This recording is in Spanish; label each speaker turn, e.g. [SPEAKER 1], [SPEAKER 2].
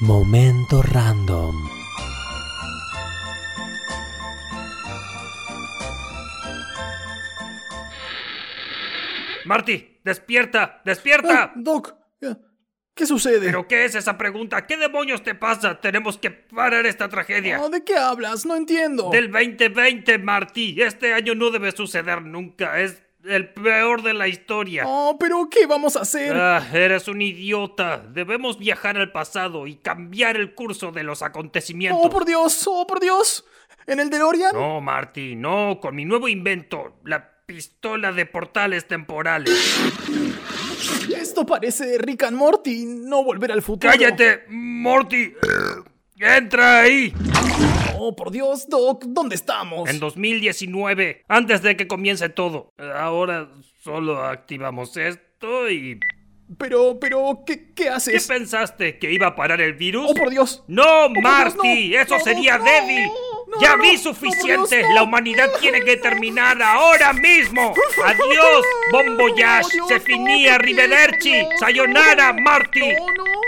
[SPEAKER 1] Momento random.
[SPEAKER 2] Marty, despierta, despierta.
[SPEAKER 3] Ah, Doc, ¿qué sucede?
[SPEAKER 2] ¿Pero qué es esa pregunta? ¿Qué demonios te pasa? Tenemos que parar esta tragedia.
[SPEAKER 3] No, Ah, ¿De qué hablas? No entiendo.
[SPEAKER 2] Del 2020, Marty. Este año no debe suceder nunca. Es el peor de la historia.
[SPEAKER 3] Oh, pero ¿qué vamos a hacer?
[SPEAKER 2] Ah, eres un idiota. Debemos viajar al pasado y cambiar el curso de los acontecimientos.
[SPEAKER 3] oh, por Dios, oh, por Dios. ¿En el DeLorean?
[SPEAKER 2] No, Marty, no. Con mi nuevo invento, la pistola de portales temporales.
[SPEAKER 3] Esto parece Rick and Morty, no volver al futuro.
[SPEAKER 2] ¡Cállate, Morty! ¡Entra ahí!
[SPEAKER 3] Oh, por Dios, Doc, ¿dónde estamos?
[SPEAKER 2] En 2019, antes de que comience todo. Ahora solo activamos esto y...
[SPEAKER 3] Pero, pero, ¿qué, qué
[SPEAKER 2] ¿Qué
[SPEAKER 3] haces?
[SPEAKER 2] pensaste? ¿Que iba a parar el virus?
[SPEAKER 3] oh, por Dios.
[SPEAKER 2] ¡No,
[SPEAKER 3] Dios,
[SPEAKER 2] Marty!
[SPEAKER 3] no.
[SPEAKER 2] ¡Eso
[SPEAKER 3] No,
[SPEAKER 2] sería
[SPEAKER 3] no,
[SPEAKER 2] débil!
[SPEAKER 3] no,
[SPEAKER 2] ¡Ya
[SPEAKER 3] no,
[SPEAKER 2] vi
[SPEAKER 3] no,
[SPEAKER 2] suficiente!
[SPEAKER 3] por Dios, no.
[SPEAKER 2] ¡La humanidad tiene que terminar ahora mismo! ¡Adiós, bon voyage!
[SPEAKER 3] Oh, Dios,
[SPEAKER 2] ¡Se
[SPEAKER 3] no,
[SPEAKER 2] finí,
[SPEAKER 3] no,
[SPEAKER 2] arrivederci!
[SPEAKER 3] no, no,
[SPEAKER 2] ¡Sayonara,
[SPEAKER 3] no,
[SPEAKER 2] Marty!
[SPEAKER 3] No, no.